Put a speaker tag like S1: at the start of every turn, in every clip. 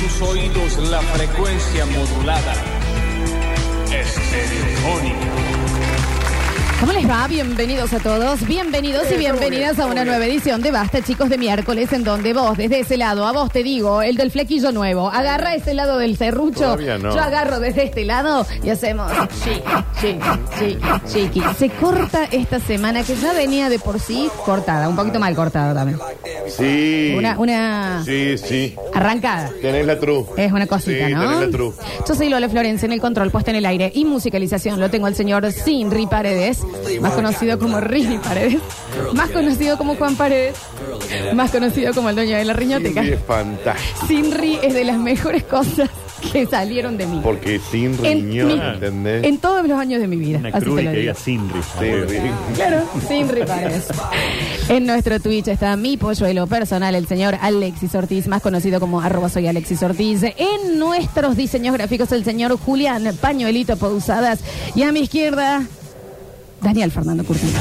S1: sus oídos la frecuencia modulada.
S2: ¿Cómo les va? Bienvenidos a todos, bienvenidos y bienvenidas a una nueva edición de Basta, chicos, de miércoles, en donde vos, desde ese lado, a vos te digo, el del flequillo nuevo, agarra ese lado del serrucho,
S3: Todavía no.
S2: yo agarro desde este lado y hacemos chiqui, chiqui, chiqui, chiqui. Se corta esta semana, que ya venía de por sí cortada, un poquito mal cortada también.
S3: Sí.
S2: Una, una
S3: Sí, sí.
S2: arrancada.
S3: Tenés la tru.
S2: Es una cosita,
S3: Sí,
S2: ¿no?
S3: tenés la tru.
S2: Yo soy Lola Florencia en el control, puesta en el aire y musicalización. Lo tengo al señor Sinri Paredes, más conocido como Rini Paredes, más conocido como Juan Paredes, más conocido como el dueño de la riñoteca.
S3: Sinri es fantástico.
S2: Sinri es de las mejores cosas que salieron de mí.
S3: Porque sin
S2: En,
S3: riñón,
S2: mi-
S3: ¿entendés?
S2: en todos los años de mi vida.
S4: Una
S2: así
S4: cruz
S2: te
S4: y
S2: lo
S4: que
S2: digo.
S4: diga Sinri.
S3: Sí,
S2: Claro, sin ripares. En nuestro Twitch está mi polluelo personal, el señor Alexis Ortiz, más conocido como arroba soy Alexis Ortiz. En nuestros diseños gráficos, el señor Julián Pañuelito Pousadas. Y a mi izquierda, Daniel Fernando Curtino.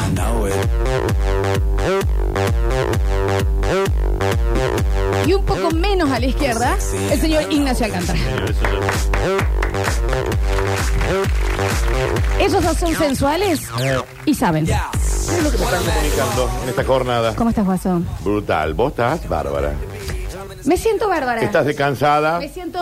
S2: Y un poco menos a la izquierda, el señor Ignacio Alcántara. Ellos dos son sensuales y saben.
S3: ¿Qué es lo que te están comunicando en esta jornada?
S2: ¿Cómo estás, Guasón?
S3: Brutal. Vos estás bárbara.
S2: Me siento bárbara.
S3: Estás descansada.
S2: Me siento.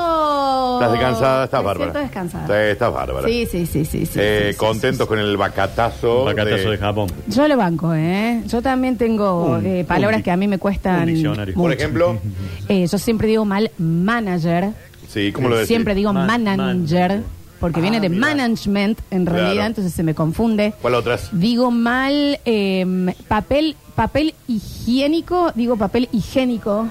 S3: Estás descansada, estás
S2: Me
S3: bárbara.
S2: Siento descansada.
S3: Sí, estás bárbara.
S2: Sí, sí, sí, sí. sí,
S3: Eh,
S2: sí, sí,
S3: contentos con el bacatazo.
S4: Bacatazo de Japón.
S2: sí. Yo lo banco, ¿eh? Yo también tengo
S4: Un-
S2: eh, palabras
S4: un-
S2: que a mí me cuestan.
S4: un diccionario.
S2: mucho.
S3: Por ejemplo,
S2: Eh, yo siempre digo mal manager.
S3: sí, ¿cómo lo decís?
S2: Siempre digo
S4: Man-
S2: manager.
S4: man-
S2: Porque viene de management en realidad,
S3: Claro.
S2: entonces se me confunde.
S3: ¿Cuál otras?
S2: Digo mal em, papel, papel higiénico, digo papel higiénico.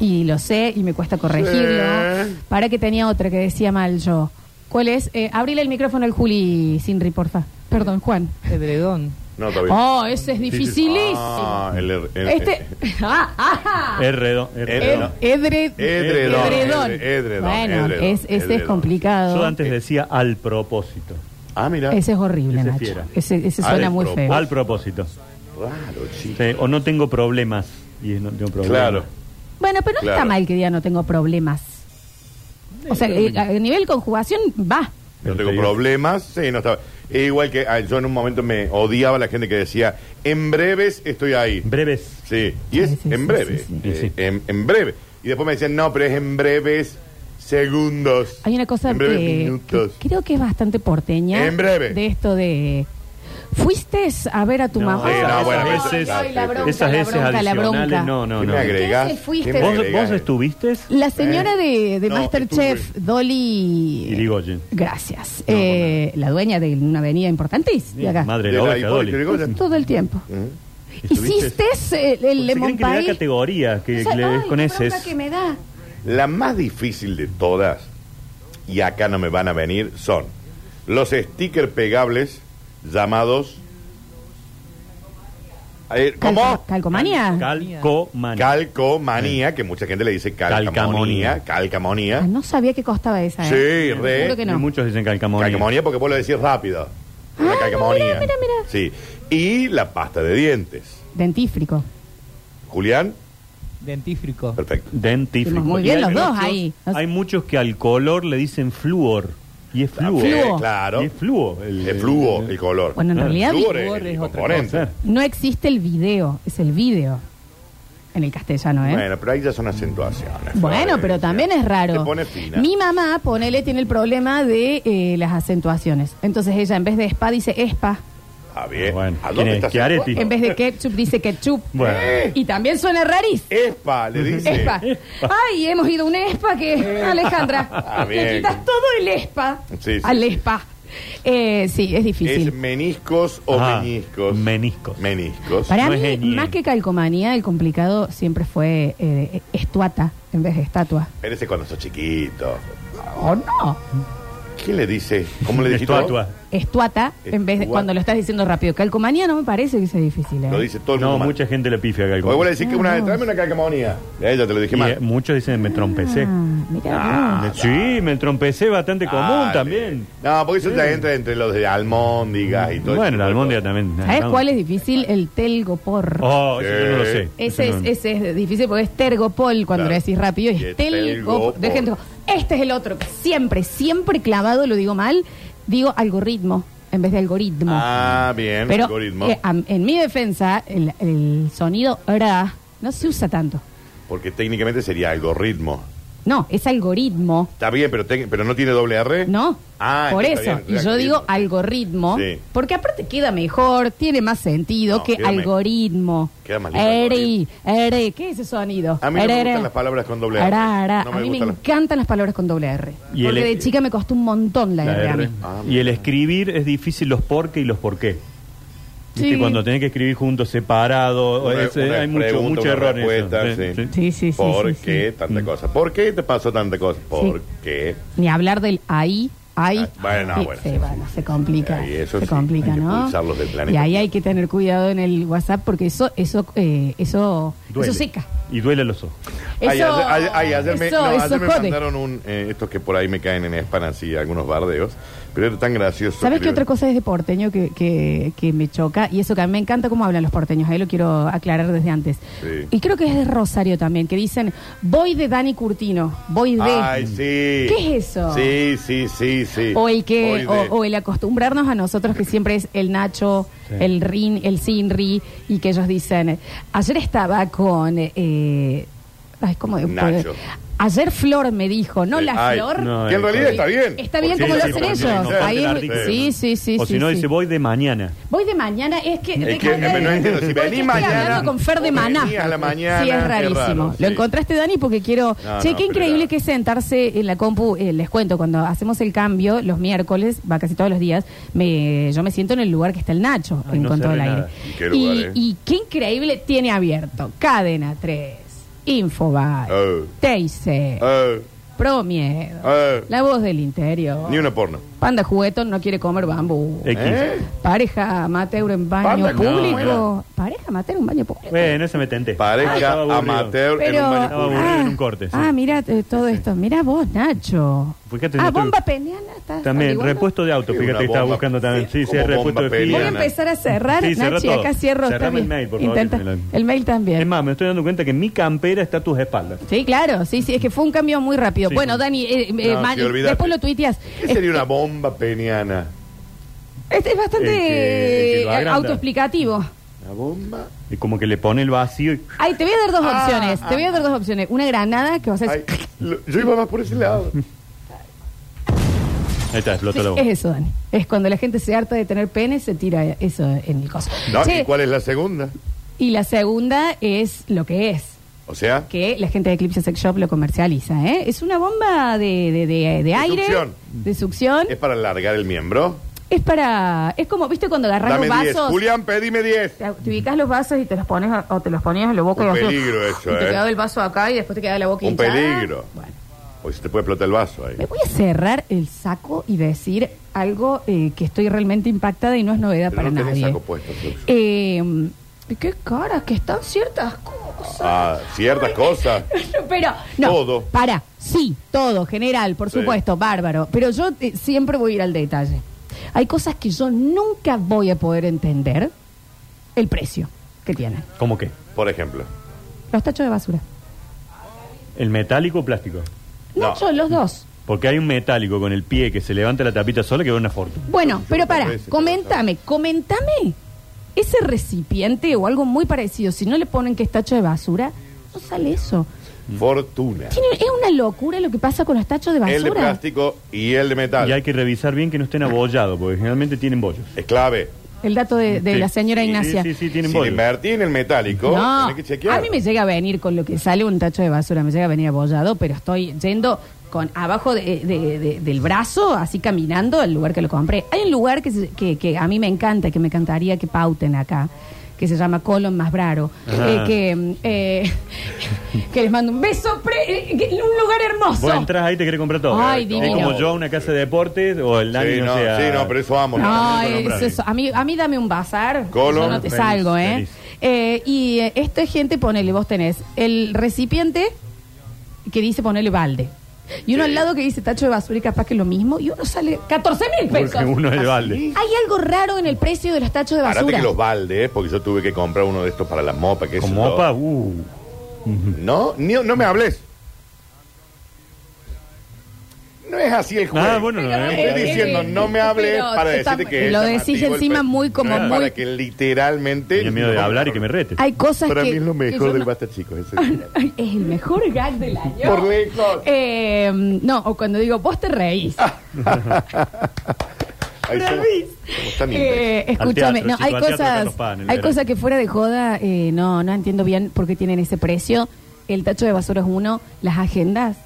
S2: Y lo sé y me cuesta corregirlo.
S3: Sí.
S2: Para que tenía otra que decía mal yo. ¿Cuál es? Eh, abrile el micrófono al Juli Sinri, porfa. Perdón, Juan.
S5: Edredón.
S3: No, todavía.
S2: Oh, ese es dificilísimo.
S3: Ah, el, el- el-
S2: Este. Ah, ah.
S4: R2.
S3: R dos.
S4: R2.
S2: Edre-
S3: Edredón,
S2: edredón.
S3: edre- edredón,
S2: Bueno,
S3: edredón,
S2: es- ese es
S3: edredón.
S2: complicado.
S4: Yo antes decía al propósito.
S3: Ah, mira.
S2: Ese es horrible,
S4: Ese es
S2: Nacho.
S4: fiera.
S2: Ese, ese suena
S3: Al
S2: muy feo.
S4: Al propósito.
S3: Raro, chico.
S4: Sí, o no tengo problemas. Y no tengo problemas.
S3: Claro.
S2: Bueno, pero no está
S3: Claro.
S2: mal que diga no tengo problemas. O sea, eh, a a nivel conjugación va.
S3: No tengo problemas, sí, no estaba. Es igual que ah, yo en un momento me odiaba la gente que decía, en breves estoy ahí.
S4: Breves.
S3: Sí, y es
S2: Sí, sí, sí,
S3: en breve,
S2: sí, sí.
S3: eh,
S4: Sí, sí.
S3: En, en breve. Y después me decían, no, pero es en breves segundos.
S2: Hay una cosa
S3: En breves
S2: que,
S3: minutos.
S2: que creo que es bastante porteña.
S3: En breve.
S2: De esto de. Fuiste a ver a tu
S4: No,
S2: mamá.
S3: sí, no,
S2: Ay,
S3: bueno,
S2: ay,
S3: esas-
S2: ay, la bronca,
S4: esas
S2: la
S4: eses
S2: bronca, la
S4: adicionales,
S2: bronca.
S4: no, no,
S3: ¿Qué
S4: no.
S3: me agregás?
S2: ¿Qué fuiste?
S3: ¿Qué me
S4: ¿Vos,
S3: agregás?
S4: vos estuviste?
S2: La señora de, de
S3: Eh, No,
S2: Masterchef,
S3: estuve.
S2: Dolly.
S4: Irigoyen.
S2: Gracias.
S4: No,
S2: Eh, la dueña de una avenida importante de acá.
S4: Madre
S3: De
S4: de la
S3: la
S4: oveja,
S3: Hipólito
S4: Dolly.
S3: Yrigoyen.
S2: Todo el tiempo.
S4: ¿Estuviste? Pues,
S2: ¿Hiciste el, el
S4: ¿Se
S2: Lemon
S4: creen que le da
S2: Pie?
S4: categoría que
S2: Esa-
S4: le-
S2: ay,
S4: con
S2: qué
S4: ese
S2: bronca que me da.
S3: La más difícil de todas, y acá no me van a venir, son los stickers pegables llamados... A ver, ¿Cómo?
S2: Calco- ¿Calcomanía?
S4: Calcomanía.
S3: Calcomanía, que mucha gente le dice calcamonía.
S4: Calcamonía.
S3: Calcamonía.
S2: Ah, no sabía qué costaba esa.
S3: Sí,
S2: ¿eh?
S3: re.
S2: Seguro que no.
S4: Y muchos dicen calcamonía.
S3: Calcamonía porque vos lo decís rápido. Una
S2: Ah,
S3: calcamonía.
S2: mira, mira, mira.
S3: Sí. Y la pasta de dientes.
S2: Dentífrico.
S3: Julián,
S5: Dentífrico.
S3: perfecto.
S4: Dentífrico.
S2: Muy bien
S4: Y hay
S2: los dos
S4: muchos-
S2: ahí.
S4: Hay muchos que al color le dicen flúor. Y es flúor.
S3: Sí,
S2: Ah, Fluo.
S3: claro.
S4: Y es flúor.
S3: El fluo, el color.
S2: Bueno, en
S4: Claro.
S2: realidad
S3: El
S2: vi-
S3: flúor
S5: flúor
S3: es el
S5: es otra
S3: componente.
S4: cosa.
S2: no existe el video, es el vídeo en el castellano, ¿eh? Bueno.
S3: Bueno, pero ahí ya son acentuaciones. Florencia.
S2: pero también es raro.
S3: Te pone fina.
S2: Mi mamá, ponele, tiene el problema de eh, las acentuaciones. Entonces ella, en vez de spa, dice espa.
S3: Ah, bien.
S4: Bueno,
S3: ¿A
S4: tiene
S3: dónde estás?
S4: Chiaretti.
S2: En vez de ketchup, dice ketchup.
S4: Bueno.
S2: Y también suena rarís.
S3: Espa, le dice.
S2: Espa. Ay, hemos ido a un espa que,
S3: Ah,
S2: Alejandra,
S3: bien.
S2: le quitas todo el espa
S3: Sí, sí,
S2: al
S3: sí.
S2: espa. Eh, sí, es difícil.
S3: ¿Es meniscos o
S4: Ah,
S3: meniscos?
S4: meniscos.
S3: Meniscos.
S2: Para
S4: No
S2: mí,
S4: es genie.
S2: más que calcomanía, el complicado siempre fue eh, estuata en vez de estatua.
S3: Pero ese cuando sos chiquito.
S2: ¿O no?
S3: ¿Quién le dice? ¿Cómo le dijiste? vos?
S4: Estatua.
S2: estuata, en vez de
S3: Estuata.
S2: cuando lo estás diciendo rápido. Calcomanía no me parece que sea difícil. ¿eh?
S3: Lo dice todo el mundo.
S4: No,
S3: mal.
S4: mucha gente le pifia acá.
S3: Porque vos le decís que una,
S2: No.
S3: tráeme una calcamonía. Ella te lo dije mal.
S4: eh, muchos dicen me trompecé.
S2: Ah, mira,
S4: Me- sí, me trompecé bastante común
S3: Dale.
S4: también.
S3: No, porque eso ya entra entre los de almóndigas y todo
S4: bueno, la almóndiga
S3: también.
S4: también.
S2: ¿Sabes
S4: No.
S2: cuál es difícil? El telgopor.
S4: Oh, eso yo no lo sé.
S2: Ese
S4: Eso
S2: es,
S4: no-
S2: ese es difícil porque es tergopol cuando
S3: Claro.
S2: lo decís rápido.
S3: Y
S2: Y
S3: es
S2: es telgopol.
S3: telgopol.
S2: De gente, este es el otro. que Siempre, siempre clavado, lo digo mal. Digo algoritmo en vez de algoritmo.
S3: Ah, bien,
S2: Pero
S3: algoritmo.
S2: eh, am- en mi defensa, el, el sonido ra no se usa tanto.
S3: Porque técnicamente sería algoritmo.
S2: No, es algoritmo.
S3: Está bien, pero, te- pero no tiene doble R.
S2: No,
S3: Ah,
S2: por
S3: está
S2: eso.
S3: bien,
S2: Y yo
S3: algoritmo.
S2: digo algoritmo,
S3: Sí.
S2: porque aparte queda mejor, tiene más sentido
S3: No,
S2: que
S3: queda me-
S2: algoritmo.
S3: queda más lindo
S2: Eri, eri, ¿qué es ese sonido?
S3: A mí no me
S2: Ere,
S3: gustan
S2: ere.
S3: las palabras con doble R.
S2: Ara, ara.
S3: No
S2: a
S3: me
S2: mí me
S3: gustan las-
S2: encantan las palabras con doble R.
S4: Y
S2: porque de
S4: el-
S2: chica me costó un montón la,
S4: La
S2: R, a
S4: R.
S2: mí.
S3: Ah,
S4: Y el escribir es difícil los porque y los por qué. Viste,
S2: Sí.
S4: cuando tenés que escribir juntos, separado, o
S3: Una-
S4: ese-
S3: una
S4: hay mucho,
S3: pregunta,
S4: mucho
S3: una
S4: error en eso.
S3: respuesta, sí.
S2: Sí, sí, sí.
S3: ¿Por
S2: sí, sí.
S3: qué tanta cosa? ¿Por qué te pasó tanta cosa? ¿Por qué?
S2: Ni hablar del ahí, ahí.
S3: Ah, bueno,
S2: Sí,
S3: bueno.
S2: sí, bueno, se complica.
S3: Ahí eso
S2: se
S3: sí,
S2: complica,
S3: hay que
S2: ¿no?
S3: expulsarlos del planeta.
S2: Y ahí hay que tener cuidado en el WhatsApp porque eso, eso, eh, eso,
S4: Duele.
S2: eso seca.
S4: Y duele los ojos.
S2: Eso,
S3: Ay, ayer, ay, ay, ayer me,
S2: eso-
S3: no,
S2: eso
S3: ayer me
S2: jode.
S3: mandaron un, eh, estos que por ahí me caen en spam así, algunos bardeos, pero era tan gracioso.
S2: ¿Sabes qué
S3: creo.
S2: otra cosa es de porteño que, que, que me choca? Y eso que a mí me encanta cómo hablan los porteños, ahí lo quiero aclarar desde antes.
S3: Sí.
S2: Y creo que es de Rosario también, que dicen, voy de Dani Curtino, voy de...
S3: Ay, sí.
S2: ¿Qué es eso?
S3: Sí, sí, sí, sí.
S2: O el,
S3: Voy
S2: que,
S3: de-
S2: o, o el acostumbrarnos a nosotros que siempre es el Nacho, el Rin, el Sinri, y que ellos dicen, ayer estaba con... eh, ay, ¿cómo de-
S3: Nacho.
S2: Ayer Flor me dijo, no
S3: Sí.
S2: la
S3: Ay,
S2: Flor.
S4: no,
S3: Que en realidad está bien.
S2: Está bien
S3: Porque
S2: como lo
S3: sí,
S2: hacen
S3: porque
S2: ellos.
S3: no, no,
S2: Ahí
S3: no,
S2: es-
S3: no, no, no.
S2: sí, sí, sí,
S4: O
S2: sí,
S4: si no,
S2: sí.
S4: dice voy de mañana.
S2: Voy de mañana, es que.
S3: Es que me- no entiendo, si
S2: ¿Por qué
S3: venís
S2: estoy
S3: mañana,
S2: hablando con Fer de
S3: o
S2: Maná.
S3: venís a la mañana,
S2: Sí,
S3: es
S2: es rarísimo.
S3: raro, sí.
S2: Lo encontraste, Dani, porque quiero.
S3: No,
S2: che,
S3: no,
S2: qué
S3: pero
S2: increíble
S3: era-
S2: que es sentarse en la compu. eh, les cuento, cuando hacemos el cambio, los miércoles, va casi todos los días, me, yo me siento en el lugar que está el Nacho,
S4: Ay,
S2: en
S4: no
S2: cuanto
S4: se
S2: al
S4: ve
S2: aire.
S4: nada.
S3: ¿Y qué lugar,
S2: y,
S3: eh?
S2: y qué increíble tiene abierto. Cadena 3, Infobae,
S3: Oh.
S2: Teise,
S3: Eh,
S2: Promiedo,
S3: Oh.
S2: La Voz del Interior.
S3: ni una porno.
S2: Panda juguetón no quiere comer bambú.
S4: X.
S3: ¿Eh?
S2: Pareja amateur en baño
S3: Panda, ¿cómo
S2: público.
S3: era?
S2: Pareja amateur en baño público.
S4: Bueno, ese me tenté. Ah,
S3: Pareja
S4: Estaba aburrido.
S3: amateur en
S2: Pero,
S3: un baño
S4: Estaba
S3: público.
S4: aburrido en un corte, sí.
S2: ah, mira eh, todo esto. Mira vos, Nacho.
S4: Fíjate,
S2: ah,
S4: yo estoy-
S2: bomba peniana. ¿estás
S4: También,
S2: averiguando?
S4: repuesto de auto,
S3: Sí,
S4: fíjate
S3: una
S4: que estaba
S3: bomba.
S4: buscando también. Sí,
S3: Sí,
S4: sí, es
S3: como
S4: repuesto de
S3: bomba peliana.
S2: Voy a
S4: filiana.
S2: empezar a cerrar,
S4: Sí, cerrá
S2: Nacho, y acá
S4: todo.
S2: cierro. está
S4: Cerrame el
S2: bien.
S4: mail, por favor,
S2: Intenta-
S4: que me lo-
S2: El mail también.
S4: Es más, me estoy dando cuenta que mi campera está a tus espaldas.
S2: Sí, claro, sí, sí, es que fue un cambio muy rápido.
S4: Sí.
S2: bueno, Dani, eh, eh,
S3: No,
S2: ma-
S3: sí, olvídate.
S2: después lo tuiteas.
S3: ¿Qué sería una bomba peniana?
S2: Este es bastante
S4: El que- el que lo
S2: eh,
S4: agranda.
S2: autoexplicativo.
S3: ¿Una bomba?
S4: Y como que le pone el vacío y...
S2: Ay, te voy a dar dos opciones. te voy a dar dos opciones. Una granada que vas a
S3: Ah, Ay,
S2: hacer.
S3: lo- yo iba más por ese lado.
S4: Ahí está, explotó la bomba.
S2: Es eso, Dani. Es cuando la gente se harta de tener pene, se tira eso en el coso.
S3: No,
S2: Che,
S3: ¿Y cuál es la segunda?
S2: y la segunda es lo que es.
S3: O sea,
S2: Que la gente de Eclipse Sex Shop lo comercializa, ¿eh? Es una bomba de, de, de- de aire.
S3: succión. Eh.
S2: De succión.
S3: ¿es para alargar el miembro?
S2: Es para... Es como, ¿viste cuando agarras
S3: Dame
S2: los
S3: 10.
S2: vasos?
S3: Julián, pedime 10.
S2: Te, te ubicas los vasos y te los pones a- o te los ponías en la boca y
S3: Un
S2: hacías-
S3: peligro eso,
S2: y te
S3: ¿eh?
S2: quedaba el vaso acá y después te quedaba la boca
S3: Un
S2: hinchada.
S3: peligro.
S2: Bueno.
S3: Hoy se te puede explotar el vaso ahí.
S2: Me voy a cerrar el saco y decir algo eh, que estoy realmente impactada y no es novedad
S3: Pero
S2: para
S3: no tenés
S2: nadie.
S3: saco puesto, Flux.
S2: Eh, qué caras que están ciertas cosas.
S3: Ah, ciertas cosas.
S2: Pero, no.
S3: Todo.
S2: Para, sí, todo, general, por
S3: Sí.
S2: supuesto, bárbaro. Pero yo eh, siempre voy a ir al detalle. Hay cosas que yo nunca voy a poder entender el precio que tienen.
S4: ¿Cómo qué?
S3: Por ejemplo.
S2: Los tachos de basura.
S4: ¿El metálico o plástico?
S2: No,
S3: No.
S2: yo, los dos.
S4: Porque hay un metálico con el pie que se levanta la tapita sola que va una fortuna.
S2: Bueno,
S3: Yo
S2: pero
S3: no
S2: para,
S3: parece que
S2: comentame, comentame. Ese recipiente o algo muy parecido, si no le ponen que es tacho de basura, no sale eso.
S4: Mm.
S3: Fortuna.
S2: Tiene- es una locura lo que pasa con los tachos de
S3: El de
S2: basura.
S3: plástico y el de metal.
S4: Y hay que revisar bien que no estén abollados, porque generalmente tienen bollos.
S3: Es clave.
S2: El dato de, de
S4: Sí.
S2: la señora
S4: Sí,
S2: Ignacia.
S4: Sí, sí, tienen
S3: Si
S4: bollos.
S3: invertí en el metálico,
S2: No,
S3: tenés que chequear.
S2: a mí me llega a venir con lo que sale un tacho de basura, me llega a venir abollado, pero estoy yendo con abajo de- de- de- del brazo, así caminando al lugar que lo compré. Hay un lugar que, se- que- que a mí me encanta, que me encantaría que pauten acá, que se llama Colon más Braro, eh,
S4: Ajá.
S2: que, eh, que les mando un beso, pre- eh, que- un lugar hermoso.
S4: Vos entras ahí y te querés comprar todo.
S2: Ay,
S4: es
S2: divino.
S4: como yo a una casa de deportes o el Dani,
S3: Sí,
S4: no,
S3: no,
S4: sé, a-
S3: sí, no, pero eso amo.
S2: No,
S3: también lo
S2: es
S3: nombraron.
S2: eso. A mí, a mí dame un bazar.
S3: Colon.
S2: yo no te
S4: Feliz,
S2: salgo, ¿eh?
S4: feliz.
S2: Eh, y eh, esta gente, ponele, vos tenés el recipiente que dice ponele balde. Y uno
S3: Sí.
S2: al lado que dice tacho de basura y capaz que es lo mismo. Y uno sale 14 mil pesos.
S4: Porque uno es el balde.
S2: Hay algo raro en el precio de los tachos de
S3: Parate
S2: basura.
S3: que los baldes, porque yo tuve que comprar uno de estos para las mopas. Que es
S4: Como
S3: lo-
S4: opa, uh.
S3: No, ni- no me hables. No es así el juego.
S4: Ah, bueno, no,
S2: Pero,
S4: eh,
S3: Estoy
S2: eh,
S3: diciendo,
S2: eh,
S3: no me hables
S2: pero
S3: para
S2: está-
S3: decirte que es
S2: lo decís
S3: llamativo el
S2: encima
S3: pe-
S2: muy como
S3: No es
S2: muy-
S3: Para que literalmente...
S4: Tenía miedo de hablar y que me rete.
S2: Hay cosas
S3: Para
S2: que.
S3: mí es lo
S2: que
S3: mejor
S2: yo
S3: del
S2: no-
S3: Basta Chicos. ese.
S2: Ay, es el mejor gag del año.
S3: Por lejos.
S2: Eh, no, o cuando digo, vos te reís.
S3: Ahí se-
S2: Reís.
S3: como están
S2: Eh,
S3: imbéciles.
S2: escúchame,
S4: Al teatro,
S2: no, hay
S4: chicos, al teatro de
S2: cosas,
S4: Carlos Pan, el
S2: hay
S4: verano.
S2: cosas que fuera de joda, eh, no, no entiendo bien por qué tienen ese precio. El tacho de basura es uno, las agendas.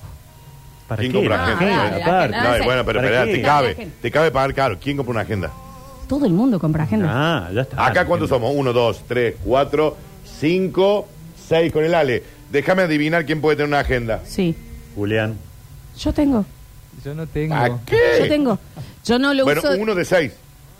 S4: ¿Para
S3: ¿Quién
S4: qué?
S3: compra
S4: ¿Para qué?
S2: agenda? Ah, dale,
S4: Aparte.
S2: la agenda.
S3: No, y bueno, pero
S4: ¿Para
S3: espera,
S4: qué?
S3: te cabe. Te cabe pagar caro. ¿Quién compra una agenda?
S2: Todo el mundo compra agendas.
S4: Ah, ya está.
S3: Acá, ¿cuántos somos? Uno, dos, tres, cuatro, cinco, seis con el Ale. Déjame adivinar quién puede tener una agenda.
S2: Sí,
S4: Julián.
S2: yo tengo,
S5: Yo no tengo.
S3: ¿A
S2: yo
S3: qué?
S2: tengo. Yo no lo
S3: Bueno,
S2: uso.
S3: uno de seis.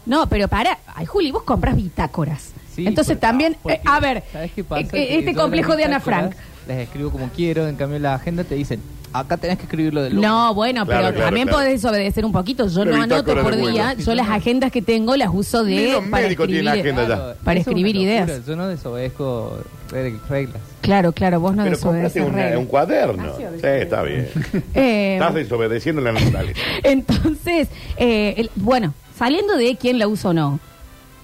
S2: No, pero para, ay Juli, vos compras bitácoras.
S5: Sí, ah,
S2: Entonces
S5: por-
S2: también,
S5: porque,
S2: eh, a ver,
S5: ¿sabes qué pasa?
S2: eh,
S5: Que
S2: este
S5: yo las
S2: complejo de Ana
S5: bitácoras
S2: Frank.
S5: Las escribo como quiero, en cambio en la agenda te dicen, acá tenés que escribirlo del lunes.
S2: No, bueno,
S3: Claro,
S2: pero
S3: claro,
S2: también
S3: claro.
S2: podés obedecer un poquito. Yo
S3: Pero
S2: no anoto
S3: bitácora
S2: por
S3: de
S2: día.
S3: vuelo.
S2: Yo las agendas que tengo las uso de
S3: Ni los
S2: para
S3: médicos tienen
S2: escribir.
S3: agenda ya.
S2: Para
S5: eso es una
S2: escribir
S5: locura,
S2: ideas.
S5: Yo no desobedezco reg- reglas.
S2: Claro, claro, vos no
S3: Pero compraste
S2: desobedeces
S3: una-
S2: reglas.
S3: un cuaderno. Sí, está bien.
S2: Eh,
S3: Estás desobedeciendo la naturaleza.
S2: entonces, eh, el- bueno, saliendo de quién la usa o no,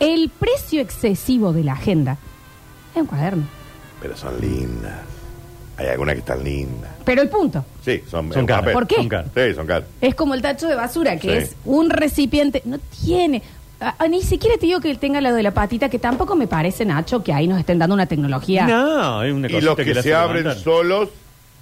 S2: el precio excesivo de la agenda es un cuaderno.
S3: Pero son lindas. Hay algunas que están lindas.
S2: Pero el punto
S3: Sí, son,
S4: Son
S3: un
S4: caras.
S3: papel.
S2: ¿Por qué?
S4: Son caras.
S3: Sí, son caras.
S2: es como el tacho de basura, que
S3: Sí.
S2: es un recipiente, no tiene... ah, ah, ni siquiera te digo que tenga lo de la patita, que tampoco me parece, Nacho, que ahí nos estén dando una tecnología.
S4: No, es una
S3: Y los
S4: cosita
S3: que,
S4: la
S3: se
S4: hace
S3: abren
S4: levantar.
S3: solos,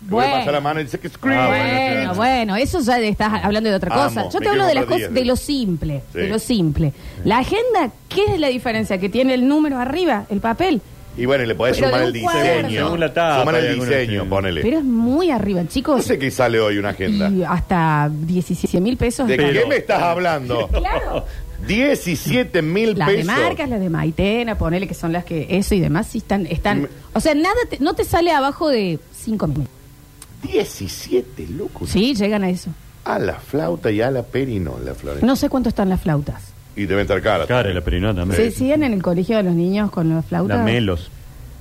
S2: Bueno.
S3: bueno. pasa la mano y dice que scream.
S4: Ah,
S2: Bueno,
S4: claro.
S2: bueno, eso ya de- estás hablando de otra
S3: Amo,
S2: cosa. Yo
S3: me
S2: te hablo
S3: quedo
S2: de las
S3: otro
S2: cosas,
S3: día,
S2: de
S3: sí.
S2: lo simple,
S3: Sí.
S2: de lo simple. La agenda, ¿qué es la diferencia? Que tiene el número arriba, el papel,
S3: Y bueno, y le podés
S2: Pero
S3: sumar
S2: de
S3: el
S2: un cuaderno.
S3: diseño.
S4: Según la tapa,
S3: Sumar
S4: hay
S3: el
S4: algunos
S3: diseño,
S4: que-
S3: ponele.
S2: pero es muy arriba,
S3: No
S2: chicos.
S3: sé qué sale hoy una agenda.
S2: y hasta 17 mil pesos.
S3: ¿De
S2: para-
S3: qué me estás hablando?
S2: Claro.
S3: 17 mil
S2: Las de
S3: pesos.
S2: marcas, las de Maitena, ponele que son las que eso y demás, sí están, están,
S3: Me-
S2: o sea, nada, te- no te sale abajo de 5 mil.
S3: 17, loco.
S2: Sí, llegan a eso.
S3: A la flauta y a la perinola, Florencia.
S2: No sé cuánto están las flautas.
S3: Y deben estar caras.
S4: Cara, la perinota
S2: ¿Se
S4: también.
S2: siguen en el colegio de los niños con las flautas?
S4: Las melos.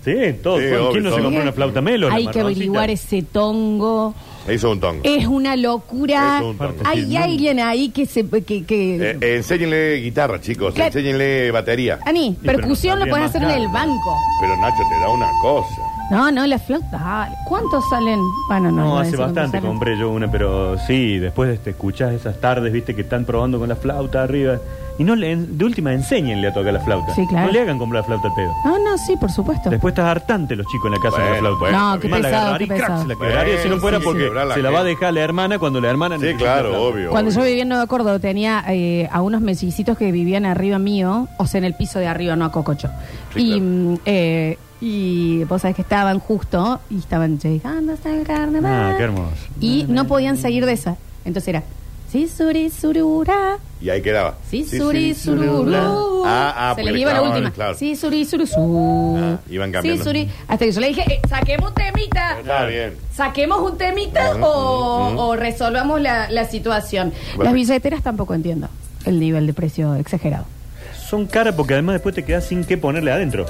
S4: Sí, todo.
S3: Sí,
S4: ¿Quién
S3: obvio,
S4: no se
S3: todo.
S4: compró una flauta melo? La
S2: Hay que
S4: marroncita.
S2: averiguar ese tongo.
S3: Eso es un tongo.
S2: Es una locura.
S3: Es un tongo.
S2: Hay alguien ahí que se. Que, que-
S3: Eh, eh, enséñenle guitarra, chicos.
S2: ¿Qué?
S3: Enséñenle batería.
S2: Ani,
S4: pero
S2: percusión lo
S4: también
S2: puedes
S4: más
S2: hacer en
S4: caro.
S2: el banco.
S3: Pero Nacho te da una cosa.
S2: No, no, la flauta. dale. ¿Cuántos salen? Bueno, no.
S4: No,
S2: iba a
S4: hace
S2: decir cuántos
S4: bastante
S2: salen.
S4: compré yo una, pero sí, después te escuchás esas tardes, viste, que están probando con la flauta arriba. Y no le, en- de última enséñenle a tocar la flauta.
S2: Sí, claro.
S4: No le hagan comprar la flauta al pedo.
S2: Ah, No, no, sí, por supuesto.
S4: Después estás hartante los chicos en la casa con la
S3: Bueno,
S4: flauta.
S3: bueno,
S2: No, qué
S4: Además, la
S2: pesado, qué
S4: agarraría y crack,
S2: pesado.
S4: se la quebraría si no
S3: Sí,
S4: fuera
S3: sí,
S4: porque
S3: sí. Quebrar la
S4: se la va a
S3: gente.
S4: dejar la hermana cuando la hermana
S3: Sí,
S4: necesita la
S3: claro,
S4: flauta.
S3: obvio.
S2: Cuando yo vivía en Nueva Córdoba tenía eh, a unos mesicitos que vivían arriba mío, o sea, en el piso de arriba, no a Cococho.
S3: Sí,
S2: y,
S3: claro.
S2: mm, eh, y vos sabés que estaban justo y estaban llegando hasta el carnaval.
S4: Ah, qué hermoso.
S2: Y no podían seguir de esa. Entonces era, sí, suri, surura.
S3: Y ahí quedaba.
S2: Sí, suri, sururu.
S3: Ah, ah,
S2: Se
S3: porque
S2: les
S3: le
S2: iba la
S3: clavaban,
S2: última.
S3: claro.
S2: Sí, suri, suru, su.
S3: Ah, iban cambiando.
S2: Sí, suri. Hasta que yo le dije, eh, saquemos un temita.
S3: Está bien.
S2: Saquemos un temita
S3: Ujú,
S2: o,
S3: ujú.
S2: o resolvamos la, la situación.
S3: Bueno.
S2: Las billeteras tampoco entiendo el nivel de precio exagerado.
S4: Son caras porque además después te quedas sin qué ponerle adentro.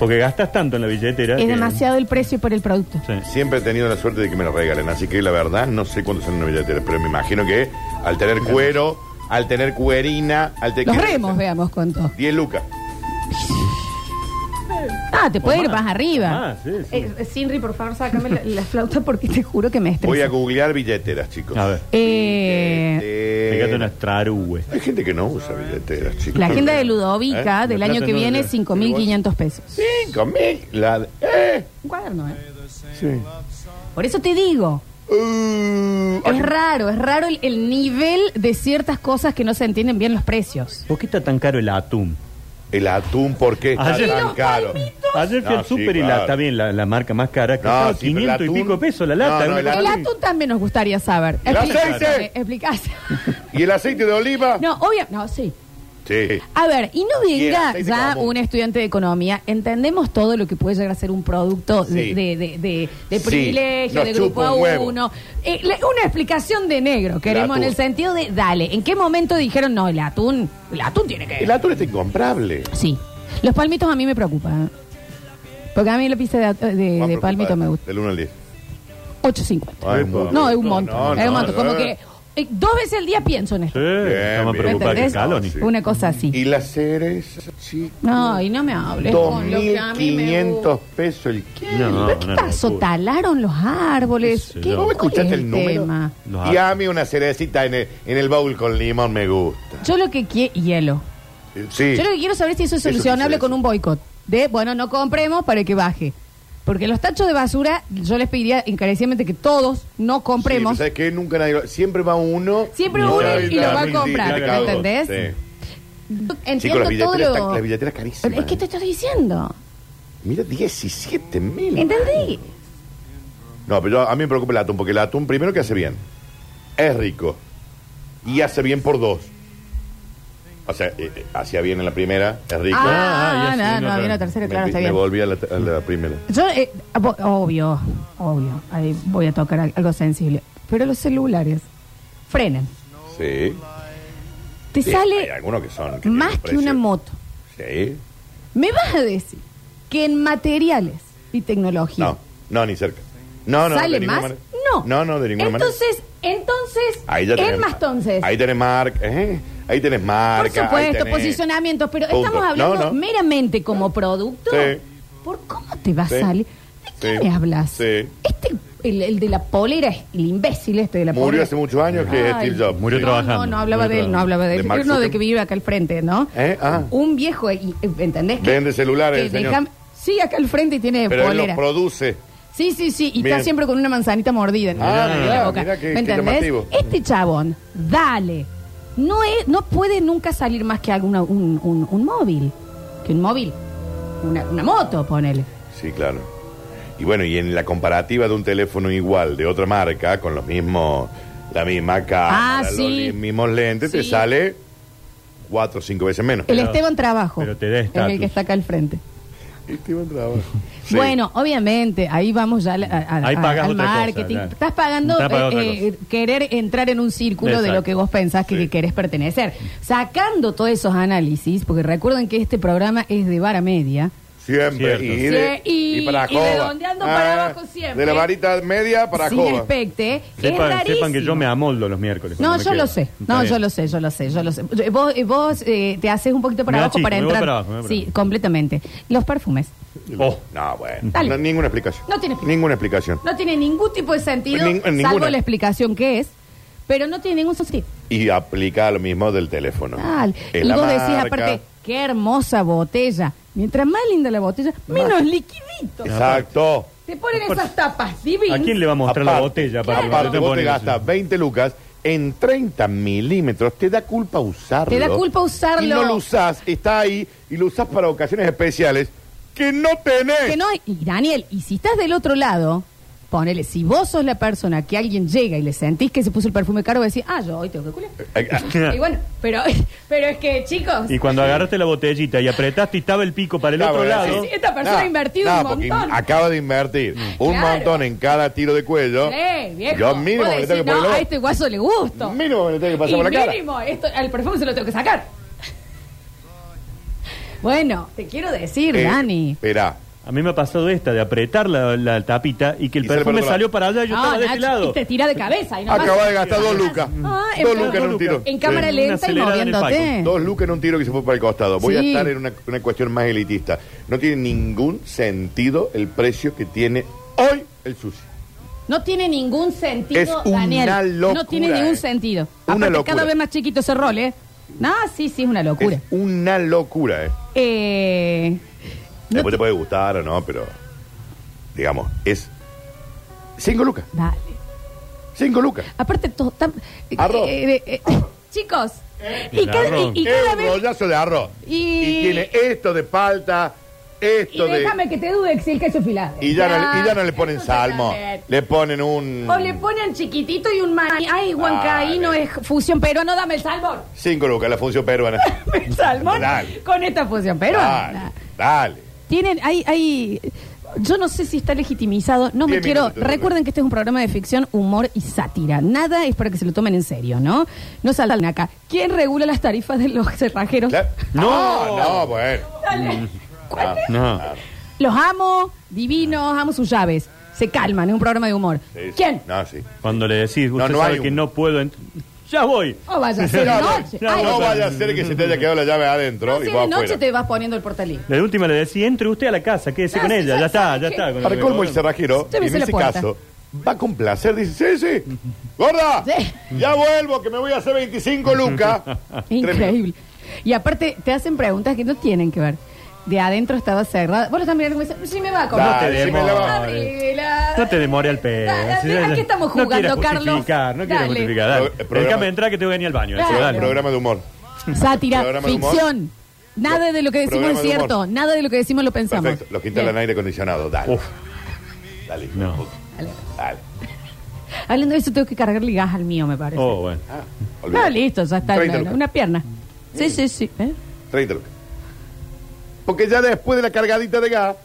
S4: Porque gastas tanto en la billetera.
S2: Es
S4: que-
S2: demasiado el precio por el producto.
S4: Sí.
S3: Siempre he tenido la suerte de que me lo regalen, así que la verdad no sé cuántos son los billeteras, pero me imagino que al tener cuero, al tener cuerina, al tener...
S2: Los remos, veamos cuánto.
S3: 10 lucas.
S2: Ah, te puede
S4: O
S2: ir
S4: más,
S2: más arriba.
S3: Ah,
S4: o más, ah, sí, sí.
S2: Eh, eh, Sinri, por favor, sácame la, la flauta porque te juro que me estresa.
S3: Voy a googlear billeteras, chicos.
S4: A ver.
S2: Eh,
S3: Billeteras.
S4: Fíjate unas trarúes.
S3: Hay gente que no usa billeteras, chicos.
S2: la agenda de Ludovica
S4: ¿Eh?
S2: del
S4: La
S2: año
S4: plata
S2: que
S4: no
S2: viene,
S4: la-
S2: 5.500 pesos.
S3: 5 mil. La de- ¿Eh?
S2: Un cuaderno, ¿eh?
S3: Sí.
S2: Por eso te digo,
S3: Uh,
S2: es raro, es raro el, el nivel de ciertas cosas que no se entienden bien los precios.
S4: ¿Por qué está tan caro el atún?
S3: El atún, ¿por qué está
S4: Ayer- ¿Y
S3: tan
S2: los
S3: caro?
S2: palmitos?
S4: Ayer
S3: No,
S4: fui al
S3: Ah, sí,
S4: súper y la,
S3: claro.
S4: está bien, la, la marca más cara, que
S3: No,
S4: estaba
S3: sí, pero el
S4: 500 y
S3: atún-
S4: pico pesos la lata.
S3: No, no,
S4: una
S3: el
S4: cosa
S2: El
S3: atún-
S4: así.
S2: atún también nos gustaría saber.
S3: ¡El aceite!
S2: Explicase.
S3: ¿Y el aceite de oliva?
S2: No, obvio, no, sí.
S3: Sí.
S2: A ver, y no
S3: Y el
S2: diga
S3: aceite
S2: ya
S3: común.
S2: un estudiante de economía, entendemos todo lo que puede llegar a ser un producto de-
S3: Sí.
S2: de, de, de- de
S3: Sí,
S2: privilegio,
S3: nos
S2: de grupo
S3: chupa
S2: a
S3: un huevo.
S2: uno. Eh, le- una explicación de negro, queremos, en
S3: atún.
S2: el sentido de, dale, ¿en qué momento dijeron, no, el atún, el atún tiene que...
S3: El atún está incomprable.
S2: Sí. Los palmitos a mí me preocupan. ¿eh? Porque a mí la pizza de, at- de- de
S3: Más
S2: palmito
S3: preocupante,
S2: me gusta.
S3: Del 1 al 10.
S2: 8.50.
S3: Ah, es mucho.
S2: No, es un montón.
S3: No, no,
S2: es un montón.
S3: no,
S2: Como
S3: no.
S2: que eh, dos veces al día pienso en esto.
S4: Sí, está más
S3: bien.
S4: preocupada que
S2: ¿Entendés?
S4: Scaloni.
S3: Sí.
S2: Una cosa así.
S3: ¿Y la cereza, chico?
S2: No, y no me hables con lo que a mí me
S3: 2.500
S2: gusta.
S3: pesos el kilo.
S4: No,
S2: ¿Pero qué
S4: no,
S2: pasó?
S4: no.
S2: ¿Talaron los árboles?
S4: Sí,
S2: ¿Qué
S4: no.
S3: ¿Vos
S2: cuál
S3: escuchaste
S2: es este
S3: el número?
S2: tema?
S4: Los
S3: Y
S4: ar-
S3: a mí una cerecita en el, en el bowl con limón me gusta.
S2: Yo lo que quiero... Hielo.
S3: Sí.
S2: Yo lo que quiero saber es si eso es
S3: Eso
S2: solucionable
S3: quise
S2: con un boicot. De, bueno, no compremos para que baje. Porque los tachos de basura, yo les pediría encarecidamente que todos no
S3: Sí, pero
S2: compremos.
S3: ¿Sabes qué? Nunca nadie lo- Siempre va uno.
S2: Siempre
S4: uno y lo va a
S3: sí,
S4: comprar,
S3: te cago.
S2: ¿entendés?
S3: Sí. Chicos,
S2: Entiendo
S3: las
S2: todo
S3: billeteras,
S2: lo...
S3: están- las billeteras carísimas.
S2: Es que te estoy diciendo.
S3: Mira, 17 mil.
S2: ¿Entendí?
S3: No, pero yo- a mí me preocupa el atún, porque el atún, primero que hace bien, es rico y hace bien por dos. O sea, eh, eh, hacía bien en la primera, es rico.
S2: Ah,
S4: Ah, ya
S2: no,
S4: sí,
S2: no,
S4: no,
S2: había una
S4: claro.
S2: tercera,
S3: me,
S2: claro, está
S3: me
S2: bien.
S3: volví a la, a la primera.
S2: Yo, eh, abo- obvio, obvio, ahí voy a tocar al- algo sensible. Pero los celulares frenan.
S3: Sí.
S2: Te
S3: Sí, Hay
S2: sale
S3: algunos que son. tienen
S2: más
S3: un
S2: que
S3: precio.
S2: una moto.
S3: Sí.
S2: ¿Me vas a decir que en materiales y tecnología
S3: No, no, ni cerca. No, no, de
S2: sale
S3: ninguna
S2: más?
S3: manera.
S2: No.
S3: No, no, de ninguna
S2: entonces, Entonces,
S3: manera. Ahí ya
S2: en
S3: tenés-
S2: más entonces.
S3: Ahí tenés marca. ¿eh? Ahí tenés
S2: Por
S3: marca. ahí
S2: supuesto,
S3: tenés-
S2: posicionamientos, pero
S3: Punto.
S2: estamos hablando
S3: No, no.
S2: meramente como producto.
S3: Sí.
S2: ¿Por cómo te va a
S3: Sí.
S2: salir? ¿De qué
S3: Sí.
S2: me hablas?
S3: Sí.
S2: Este, el, el de la polera, es el imbécil este de la polera.
S3: Murió hace muchos años que es
S2: Ay.
S3: Steve Jobs.
S4: Murió
S3: Sí.
S2: No, No,
S4: trabajando.
S2: no hablaba
S4: Murió
S2: de él, no
S4: trabajando.
S2: hablaba de él.
S3: De Mark
S2: Uno de
S3: Zuckerberg.
S2: que vive acá al frente, ¿no?
S3: ¿Eh? Ah.
S2: Un viejo, y- ¿entendés? Que-
S3: Vende celulares,
S2: que
S3: el señor.
S2: deja- Sí, acá al frente y tiene
S3: Pero él
S2: polera.
S3: los produce.
S2: Sí, sí, sí, y está
S3: Bien.
S2: siempre con una manzanita mordida en,
S3: Ah,
S2: en la
S3: mirá,
S2: boca.
S3: mirá qué-
S2: ¿Me
S3: qué
S2: entendés?
S3: llamativo.
S2: Este chabón, dale. No, es, no puede nunca salir más que alguna, un, un- un móvil. Que un móvil. Una, una moto, ponele.
S3: Sí, claro. Y bueno, y en la comparativa de un teléfono igual de otra marca, con los mismos, la misma cámara,
S2: Ah, sí.
S3: los li- mismos lentes, te
S2: Sí.
S3: sale cuatro o cinco veces menos.
S2: El
S4: Pero-
S2: Esteban Trabajo.
S4: pero te da
S2: es el
S4: estatus.
S2: que está acá al frente.
S3: Este buen trabajo. Sí.
S2: Bueno, obviamente, ahí vamos ya a- a-
S4: Ahí
S2: a-
S4: pagas
S2: al
S4: otra cosa,
S2: marketing.
S4: claro.
S2: Estás pagando
S4: Estás pagando
S2: eh,
S4: otra
S2: eh, querer entrar en un círculo de lo
S4: Exacto.
S2: que vos pensás que,
S3: Sí.
S2: que querés pertenecer. Sacando todos esos análisis, porque recuerden que este programa es de vara media.
S3: Siempre.
S4: Cierto.
S3: Y, de,
S2: Sí, y-
S3: y para
S2: y
S3: Jova. Ah,
S2: redondeando para abajo siempre.
S3: De la varita media para
S2: sin
S3: Jova.
S2: respecte. es
S4: Sepan,
S2: rarísimo.
S4: sepan que yo me amoldo los miércoles.
S2: No,
S4: cuando me
S2: yo
S4: quedo.
S2: lo sé.
S4: Está
S2: No,
S4: bien.
S2: yo lo sé, yo lo sé, yo lo sé. Yo- Vos, eh, vos eh, te haces un poquito para
S4: Me
S2: abajo
S4: achico,
S2: para
S4: me voy
S2: entrar.
S4: para abajo, me voy para
S2: sí,
S4: abajo.
S2: completamente. Los perfumes.
S4: Oh.
S3: No, bueno.
S2: Dale.
S3: No, ninguna explicación.
S2: No tiene explicación.
S3: Ninguna explicación.
S2: No tiene ningún tipo de sentido,
S3: Nin-
S2: salvo
S3: ninguna.
S2: la explicación que es, pero no tiene ningún sentido.
S3: Y aplica lo mismo del teléfono.
S2: Tal.
S3: Es
S2: Y
S3: la
S2: vos decís,
S3: marca.
S2: aparte, qué hermosa botella. Mientras más linda la botella, menos liquidito.
S3: Exacto.
S2: Te ponen esas tapas divinas.
S4: ¿A quién le va a mostrar la
S3: Aparte,
S4: botella para
S2: Claro.
S3: Aparte,
S4: que
S3: vos te
S4: ponen eso?
S3: gastas 20 lucas en 30 milímetros. Te da culpa usarlo.
S2: Te da culpa usarlo.
S3: Y no lo usás, está ahí y lo usás para ocasiones especiales que no tenés.
S2: Que no, y Daniel, y si estás del otro lado, ponele, si vos sos la persona que alguien llega y le sentís que se puso el perfume caro, decís, ah, yo hoy tengo que culiar.
S3: Eh, ah,
S2: Y bueno, pero, pero es que, chicos,
S4: Y cuando agarraste la botellita y apretaste y estaba el pico para el
S3: Claro,
S4: otro
S3: ¿verdad?
S4: lado.
S2: Sí, sí. esta persona ha invertido un
S3: porque
S2: montón. Mm.
S3: Acaba de invertir un
S2: Claro.
S3: montón en cada tiro de cuello.
S2: eh, viejo,
S3: Yo mínimo
S2: vos
S3: que le tengo
S2: decís,
S3: que poner
S2: no,
S3: la
S2: a
S3: boca.
S2: este guaso le gusto.
S3: Mínimo que le tengo que pasar
S2: y
S3: por la cara.
S2: mínimo, esto, al perfume se lo tengo que sacar. Bueno, te quiero decir,
S3: Eh,
S2: Dani.
S3: Esperá.
S4: A mí me ha pasado esta de apretar la, la tapita y que el
S3: Y sale
S4: perfume
S3: para otro
S4: salió para allá y yo
S2: No,
S4: estaba de
S2: Ah, Nacho,
S4: este lado.
S2: y te tira de cabeza. Y no
S3: Acaba
S2: pasa.
S3: de gastar dos lucas.
S2: Ah, en
S3: dos
S2: plan-
S3: lucas en un tiro.
S2: En cámara
S4: Sí.
S2: lenta y
S4: Una acelerada en el
S2: moviéndote.
S3: Dos lucas en un tiro que se fue para el costado. Voy a
S2: Eh. Sí.
S3: estar en una, una cuestión más elitista. No tiene ningún sentido el precio que tiene hoy el sushi.
S2: No tiene ningún sentido,
S3: Es una
S2: Daniel.
S3: locura,
S2: no tiene ningún
S3: eh.
S2: sentido.
S3: Una
S2: Aparte,
S3: locura.
S2: cada vez más chiquito ese rol, ¿eh? No, sí, sí, es una locura.
S3: Es una locura, ¿eh?
S2: Eh, no
S3: Después te puede gustar o no, pero. Digamos, es. Cinco lucas.
S2: Dale.
S3: Cinco lucas.
S2: Aparte, todo tan-
S3: Arroz.
S2: eh, eh, eh, Chicos, y
S4: El
S2: cada, y-
S4: arroz.
S2: y
S3: Es
S2: cada
S3: un
S2: vez.
S3: rollazo de arroz.
S2: Y-
S3: Y... tiene esto de palta,
S2: Y
S3: esto de.
S2: déjame que te dude si el queso filado.
S3: Y ya, no, y ya no le ponen
S2: eso
S3: salmo.
S2: también.
S3: Le ponen un.
S2: O le ponen chiquitito y un maní. Ay, Huancaí no
S3: Dale.
S2: es fusión peruana, dame el salmón.
S3: Cinco lucas, la función peruana.
S2: El salmón
S3: Dale.
S2: con esta fusión peruana.
S3: Dale. Dale.
S2: Tienen, hay, hay. Yo no sé si está legitimizado. No me
S3: Diez
S2: quiero.
S3: minutos,
S2: Recuerden que este es un programa de ficción, humor y sátira. Nada es para que se lo tomen en serio, ¿no? No salgan acá. ¿Quién regula las tarifas de los cerrajeros?
S3: La- Ah,
S4: No.
S3: no, no, bueno. Mm.
S2: Dale.
S3: Ah,
S2: ¿Cuál es?
S4: No.
S2: Los amo, divinos, amo sus llaves. Se calman, es un programa de humor.
S3: Sí, sí.
S2: ¿Quién?
S3: No, sí.
S4: Cuando le decís,
S3: No,
S4: usted
S3: no hay
S4: sabe
S3: un-
S4: que no puedo. ent- Ya voy.
S2: O Oh, vaya a ser de
S3: No,
S2: noche.
S3: no,
S2: Ay,
S3: no vaya a ser que se te haya quedado la llave adentro
S2: no,
S3: y
S2: si
S3: vos
S2: de noche
S3: afuera.
S2: te vas poniendo el portalín.
S4: La última le decís, entre usted a la casa, quédese
S2: No,
S4: con
S2: sí,
S4: ella.
S2: ya
S4: Ya está,
S2: sabe
S4: ya
S2: que-
S4: está. con lo
S3: Para
S4: que-
S3: colmo, el cerrajero, en
S2: Llévese la
S3: ese
S2: puerta.
S3: caso, va con placer. Dice, sí, sí. Gorda,
S2: Sí.
S3: ya vuelvo, que me voy a hacer 25 lucas.
S2: Increíble. Y aparte, te hacen preguntas que no tienen que ver. De adentro estaba cerrada. Vos lo estás mirando y me dicen, sí me va a comer.
S3: No te demores.
S2: Abrila.
S4: No te demore al pedo.
S2: Dale,
S4: Sí, dale.
S2: Aquí estamos
S4: No quieras
S2: jugando, Carlos.
S4: justificar, No quiero
S2: Dale.
S4: justificar. Dale.
S3: Pro- programa-
S4: Déjame entrar que tengo que ir al baño.
S2: Claro.
S4: Eso, dale.
S3: Programa de humor.
S2: Sátira,
S3: Programa de humor.
S2: ficción. Nada de lo que decimos es
S3: Programa de humor.
S2: cierto. Nada de lo que decimos lo pensamos.
S3: Perfecto. Los que instalan
S2: Bien.
S3: aire acondicionado, dale.
S4: Uf.
S3: Dale. hijo
S4: No.
S3: de puta. Dale.
S2: Hablando de Ah, eso, tengo que cargarle gas al mío, me parece.
S4: Oh, bueno.
S3: Ah,
S2: No,
S3: olvídate.
S2: listo, ya está.
S3: 30
S2: Una,
S3: lucas.
S2: una pierna. Sí, sí, sí. ¿Eh?
S3: 30 lucas. Porque ya después de la cargadita de gas,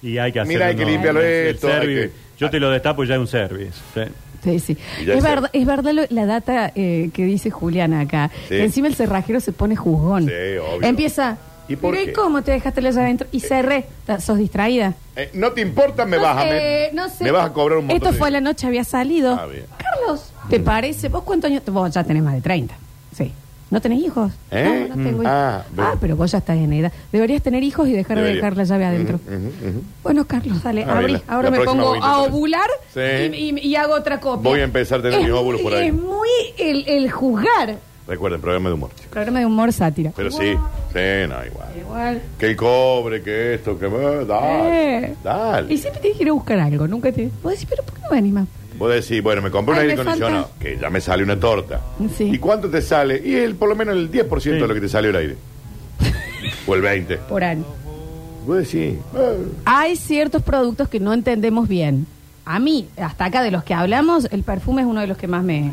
S4: Y hay que hacer.
S3: Mira, hay que limpiarlo esto, hay que-
S4: Yo te lo destapo y ya es un service. Sí.
S2: Sí, sí.
S3: Y ya
S2: Es
S3: sé.
S2: verdad, es verdad lo- la data eh, que dice Juliana acá.
S3: Sí.
S2: Que encima el cerrajero se pone juzgón.
S3: Sí, obvio.
S2: Empieza.
S3: ¿Y por
S2: pero ¿y
S3: qué?
S2: cómo te dejaste la llave adentro? Y cerré. Ta- ¿Sos distraída?
S3: eh, no te importa, me
S2: No
S3: vas
S2: sé,
S3: a me,
S2: no sé.
S3: me vas a cobrar un montón.
S2: Esto
S3: de
S2: fue a la
S3: dinero.
S2: noche, había salido.
S3: Ah, bien. Mm.
S2: Carlos, ¿te parece? ¿Vos cuántos años? Vos ya tenés más de 30. Sí. ¿No tenés hijos?
S3: ¿Eh?
S2: No, no tengo
S3: Mm.
S2: hijos.
S3: Ah,
S2: Ah,
S3: bien.
S2: pero vos ya estás en edad. Deberías tener hijos y dejar de
S3: Debería.
S2: dejar la llave adentro.
S3: Ujú, ujú, ujú.
S2: Bueno, Carlos, dale,
S3: Abrila.
S2: abrí. Ahora
S3: La
S2: me
S3: próxima
S2: pongo
S3: voy a
S2: a
S3: intentar.
S2: ovular
S3: Sí.
S2: y, y- y hago otra copia.
S3: Voy a empezar a tener
S2: Es
S3: mis óvulos
S2: muy-
S3: por ahí.
S2: Es muy el, el juzgar.
S3: Recuerden, programa de humor. chicos.
S2: Programa de humor sátira.
S3: Pero sí, sí, no, igual.
S2: Igual.
S3: Que el cobre, que esto, que. eh, dale.
S2: Eh.
S3: Dale.
S2: Y siempre tienes que ir a buscar algo. Nunca te. Vos decís, pero ¿por qué no me animas?
S3: Vos decís, bueno, me compré un
S2: Ay,
S3: aire
S2: me falta.
S3: acondicionado, que ya me sale una torta.
S2: Sí.
S3: ¿Y cuánto te sale? Y el, por lo menos el 10% de
S4: Sí.
S3: lo que te sale el aire. o el 20.
S2: Por año.
S3: Vos decís, eh,
S2: Hay ciertos productos que no entendemos bien. A mí, hasta acá de los que hablamos, el perfume es uno de los que más me.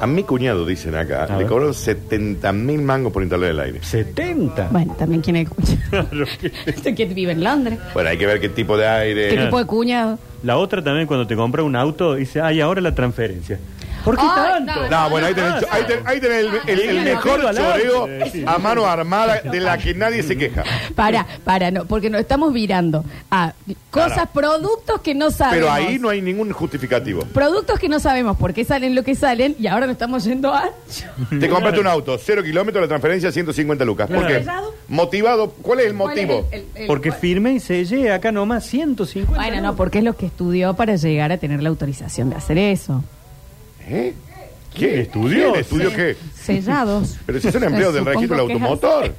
S3: a mi cuñado, dicen acá,
S4: A
S3: le
S4: ver.
S3: cobraron 70 mil mangos por instalar el aire.
S4: 70.
S2: Bueno, también quien escucha.
S4: Claro que-
S2: Este que vive en Londres.
S3: Bueno, hay que ver qué tipo de
S2: ¿Qué
S3: aire.
S2: tipo de cuñado?
S4: La otra también, cuando te compra un auto, dice, ay, ahora la transferencia. ¿Por qué
S2: Ay,
S4: tanto?
S2: no,
S3: No, bueno, ahí tenés,
S4: Ah,
S3: cho- ahí ten- ahí tenés el, el- el
S4: Sí,
S3: mejor
S4: al aire.
S3: choreo
S4: Sí.
S3: a mano armada de la que nadie se queja.
S2: Para, para, no, porque nos estamos virando a cosas, productos que no sabemos.
S3: Pero ahí no hay ningún justificativo.
S2: Productos que no sabemos por qué salen lo que salen y ahora nos estamos yendo a...
S3: Te compraste un auto, 0 kilómetros, la transferencia 150 lucas. ¿Por qué?
S2: Claro.
S3: Motivado, ¿cuál es el
S2: ¿Cuál es el-
S3: motivo?
S2: el- el-
S4: Porque
S2: cuál-
S4: firme y sellé acá nomás 150.
S2: Bueno, no, porque es lo que estudió para llegar a tener la autorización de hacer eso.
S3: ¿Eh? ¿Qué?
S4: ¿Estudió?
S3: ¿Quién ¿Estudió
S2: Sí.
S3: qué?
S2: Sellados.
S3: Pero si son empleados del
S2: Supongo
S3: registro del
S2: que es
S3: automotor.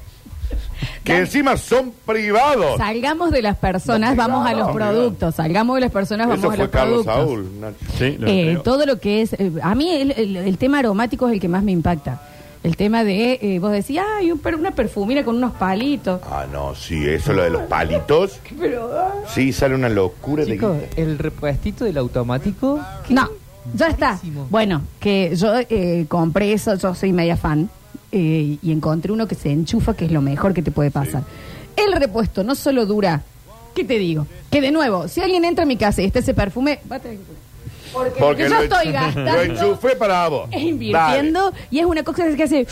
S3: Que
S2: Dale.
S3: encima son privados.
S2: Salgamos de las personas, vamos a los
S3: Obligado.
S2: productos. Salgamos de las personas, vamos
S3: Eso
S2: a los
S3: fue Carlos
S2: productos.
S3: Saúl. Nacho.
S4: Sí, lo
S2: Eh,
S4: creo.
S2: todo lo que es. eh, a mí el, el- el tema aromático es el que más me impacta. El tema de. eh, vos decís, ay, un per- una perfumina con unos palitos.
S3: Ah, no, sí, eso lo de los palitos.
S2: Pero. ah.
S3: Sí, sale una locura
S5: Chicos,
S3: de guita.
S5: el repuestito del automático.
S2: No, ya está.
S5: Buenísimo.
S2: Bueno, que yo eh, compré eso, yo soy media fan. eh, y encontré uno que se enchufa, que es lo mejor que te puede pasar. El repuesto no solo dura. ¿Qué te digo? Que de nuevo, si alguien entra a mi casa y está ese perfume, va a tener que. Porque, lo que yo
S3: lo
S2: estoy
S3: enchu-
S2: gastando.
S3: Lo enchufé para vos.
S2: Es invirtiendo y es una cosa que hace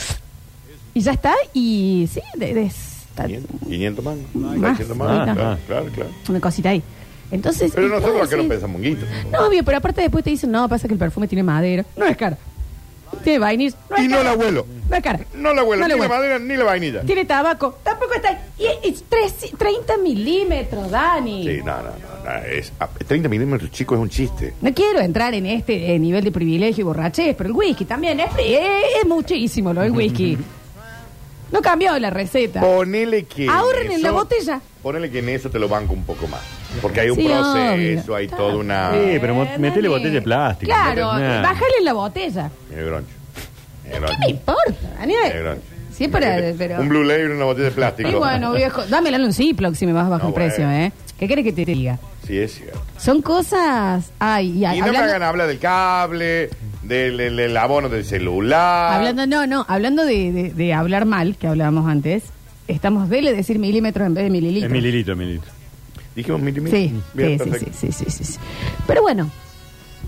S2: y ya está y sí de- de- está-
S3: Dale. 500 mangos.
S2: Más,
S3: 300 mangos.
S2: ahorita.
S3: Claro, claro, claro.
S2: una cosita ahí entonces
S3: Pero
S2: y
S3: nosotros
S2: vos
S3: acá no
S2: decís-
S3: pensamos en guita.
S2: no obvio pero aparte después te dicen no pasa que el perfume tiene madera no es cara tiene vainilla no es
S3: Y no
S2: cara.
S3: la huelo.
S2: no es cara
S3: No la huelo,
S2: No
S3: ni
S2: la
S3: la
S2: huelo.
S3: madera ni la vainilla.
S2: tiene tabaco tampoco está y es, es tres- 30 milímetros Dani
S3: Sí, no, no, no. no, es, ah, 30 milímetros, chico, es un chiste.
S2: No quiero entrar en este eh, nivel de privilegio y borrachez, pero el whisky también es, es- es muchísimo lo del whisky. No cambió la receta.
S3: Ponele que.
S2: Ahorren en
S3: eso-
S2: la botella.
S3: Ponele que en eso te lo banco un poco más. Porque hay un
S2: Sí,
S3: proceso,
S2: obvio.
S3: hay
S2: Está
S3: toda una.
S4: Sí, pero mo-
S2: Eh, dale.
S4: metele botella de plástico.
S2: Claro,
S4: metele- nah.
S2: bájale la botella.
S3: Mira, Groncho. Negroni.
S2: No importa, Daniel.
S3: Negroni.
S2: Sí, para, pero.
S3: Eh, Un Blue Label y una botella de plástico.
S2: Y bueno, viejo, dámela en un Ziploc si me vas bajo
S3: No,
S2: el precio,
S3: bueno.
S2: ¿eh? ¿Qué querés que te diga?
S3: Sí, es cierto.
S2: Son cosas. Ay, y
S3: Y
S2: ay,
S3: no me
S2: hablando-
S3: hagan hablar del cable, del, del- del abono del celular.
S2: Hablando, no, no, hablando de, de- de hablar mal, que hablábamos antes, estamos dele decir milímetros en vez de
S4: Es
S2: mililitros.
S4: mililitro, mililitro.
S3: Dijimos mil y mil.
S2: Sí,
S3: Bien,
S2: sí, sí,
S3: perfecto.
S2: sí, sí, sí, sí. Pero bueno,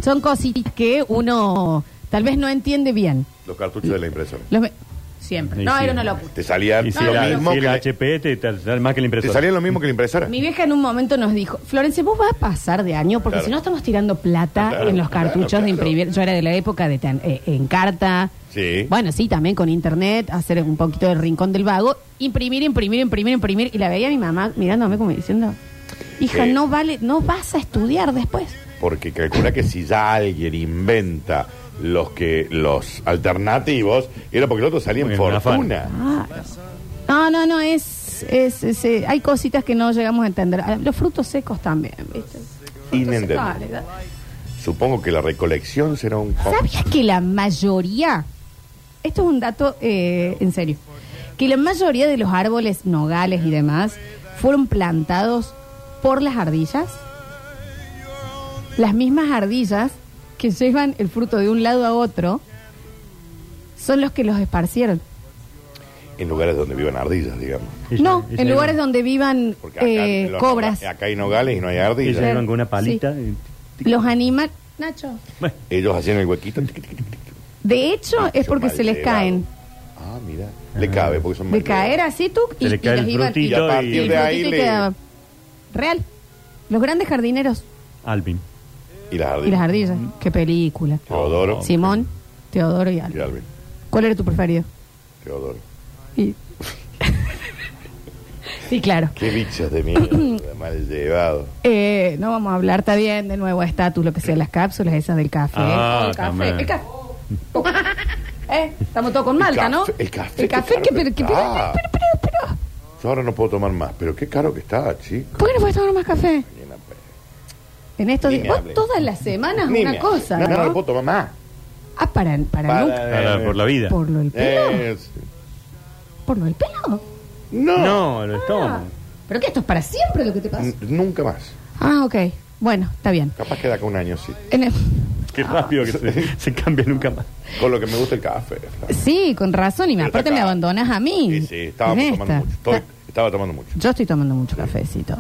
S2: son cositas que uno tal vez no entiende bien.
S3: Los cartuchos de la impresora.
S2: Los ve- Siempre.
S4: Y
S2: No,
S4: sí.
S2: era una locura.
S3: Te salía
S4: Y si
S3: lo
S4: la,
S3: mismo
S4: si
S3: que
S4: la
S3: la-
S4: HP te, te sale más que la
S3: te
S4: impresora.
S3: salía lo mismo que la impresora.
S2: Mi vieja en un momento nos dijo, Florencia, vos vas a pasar de año porque
S3: Claro. Ah,
S2: si no estamos tirando plata
S3: Claro,
S2: en los
S3: claro,
S2: cartuchos de
S3: claro.
S2: imprimir. Yo era de la época de tan- eh, en carta.
S3: Sí.
S2: Bueno, sí, también con internet, hacer un poquito del rincón del vago, imprimir, imprimir, imprimir, imprimir. Y la veía mi mamá mirándome como diciendo, hija,
S3: Sí.
S2: no vale, no vas a estudiar después.
S3: Porque calcula que si ya alguien inventa los que los alternativos, era porque el otro salía en
S4: Muy bien,
S3: fortuna.
S2: Claro. Ah, No, no, no, es, es, es, eh, hay cositas que no llegamos a entender. Ah, Los frutos secos también, ¿viste? Frutos
S3: Inentendible.
S2: secos, dale, dale.
S3: Supongo que la recolección será un... co-
S2: ¿Sabías que la mayoría, esto es un dato eh, en serio, que la mayoría de los árboles nogales y demás fueron plantados por las ardillas? Las mismas ardillas que llevan el fruto de un lado a otro son los que los esparcieron.
S3: En lugares donde vivan ardillas, digamos.
S4: Ella-
S2: no,
S4: ella
S2: en
S4: iba-
S2: lugares donde vivan
S3: Porque acá,
S2: eh,
S3: en los-
S2: cobras.
S3: acá hay nogales y no hay ardillas.
S4: Ella iban con una palita. y-
S2: Los animales... Nacho.
S4: Bueno,
S3: Ellos hacían el huequito. tic, tic, tic, tic.
S2: De hecho,
S3: Ah,
S2: es
S3: son
S2: porque
S3: mal
S2: se les
S3: llevados.
S2: caen.
S3: Ah, mira. Le cabe, porque son mal
S2: De caer
S3: llevados.
S2: así tú
S4: Se le cae
S2: las
S4: el
S2: iban-
S4: frutito
S3: Y a partir
S4: y-
S2: el
S3: de ahí
S2: frutito y
S3: le-
S2: quedaba. Real. Los grandes jardineros
S4: Alvin.
S3: Y las ardillas.
S2: y las ardillas. Qué película.
S3: Teodoro.
S2: Simón, Teodoro y
S3: Y
S2: Alvin.
S3: Alvin.
S2: ¿Cuál era tu preferido?
S3: Teodoro.
S2: Y- sí, claro.
S3: Qué bichos de mierda, mal llevado.
S2: Eh, no vamos a hablar, está bien, de nuevo estatus, lo que sea, las cápsulas esas del café.
S4: Ah,
S2: Oh, el café.
S4: también.
S2: El café. Eh, estamos todos con Malta,
S3: El
S2: ¿no?
S3: café- El café. Ah.
S2: El café, que, pero,
S3: pero,
S2: que- pero- pero- pero-
S3: Yo ahora no puedo tomar más, pero qué caro que está, chico.
S2: ¿Por qué no puedes tomar más café? En estos
S3: Ni
S2: días.
S3: me
S2: Vos
S3: hable.
S2: todas las semanas
S3: Ni me-
S2: una cosa.
S3: No,
S2: ¿no?
S3: no, no puedo tomar más.
S2: Ah, para, para,
S3: Para-
S2: nunca.
S4: Para- por la vida.
S2: ¿Por lo del pelo?
S3: Es-
S2: ¿Por lo del pelo?
S3: No.
S4: No, lo
S2: Ah,
S4: estómago.
S2: ¿Pero qué? ¿Esto es para siempre lo que te pasa?
S3: N- Nunca más.
S2: Ah, ok. Bueno, está bien.
S3: Capaz que de acá un año sí.
S2: En el-
S4: Qué rápido que se, se cambia nunca más.
S3: Con lo que me gusta el café. Fran.
S2: Sí, con razón. Y me,
S3: Pero
S2: aparte
S3: está
S2: me
S3: acá.
S2: abandonas a mí.
S3: Sí, sí, estábamos
S2: En
S3: tomando
S2: esta.
S3: mucho. Estoy-
S2: Ta-
S3: estaba tomando mucho.
S2: Ah. Yo estoy tomando mucho cafecito.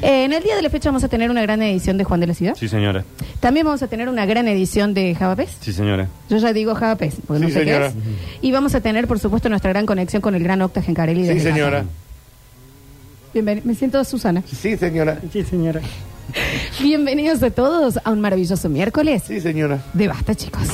S2: Eh, en el día de la fecha vamos a tener una gran edición de Juan de la Ciudad.
S4: Sí, señora.
S2: También vamos a tener una gran edición de Javapés.
S4: Sí, señora.
S2: Yo ya digo Javapés, porque no
S3: Sí,
S2: sé
S3: señora.
S2: qué es. Y vamos a tener, por supuesto, nuestra gran conexión con el gran Octa Gencarelli.
S3: Sí,
S2: desde
S3: señora.
S2: Japón. Bienveni- Me siento Susana.
S3: Sí, señora.
S4: Sí, señora.
S2: Bienvenidos a todos a un maravilloso miércoles
S3: Sí, señora.
S2: de Basta, chicos.